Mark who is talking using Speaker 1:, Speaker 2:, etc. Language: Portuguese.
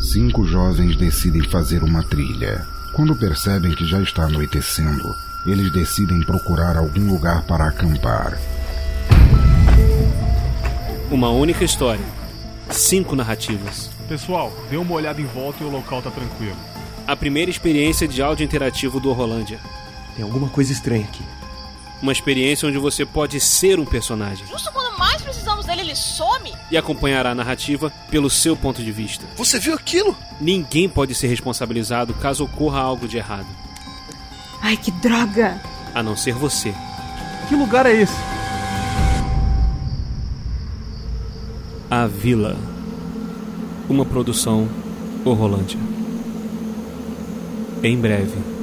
Speaker 1: cinco jovens decidem fazer uma trilha. Quando percebem que já está anoitecendo, eles decidem procurar algum lugar para acampar.
Speaker 2: Uma única história. Cinco narrativas.
Speaker 3: Pessoal, dê uma olhada em volta e o local tá tranquilo.
Speaker 2: A primeira experiência de áudio interativo do Horrorlândia.
Speaker 4: Tem alguma coisa estranha aqui.
Speaker 2: Uma experiência onde você pode ser um personagem
Speaker 5: Justo quando mais precisamos dele, ele some?
Speaker 2: e acompanhar a narrativa pelo seu ponto de vista.
Speaker 6: Você viu aquilo?
Speaker 2: Ninguém pode ser responsabilizado caso ocorra algo de errado,
Speaker 7: Ai, que droga!
Speaker 2: a não ser você.
Speaker 3: Que lugar é esse?
Speaker 2: A Vila. Uma produção Horrolândia. Em breve.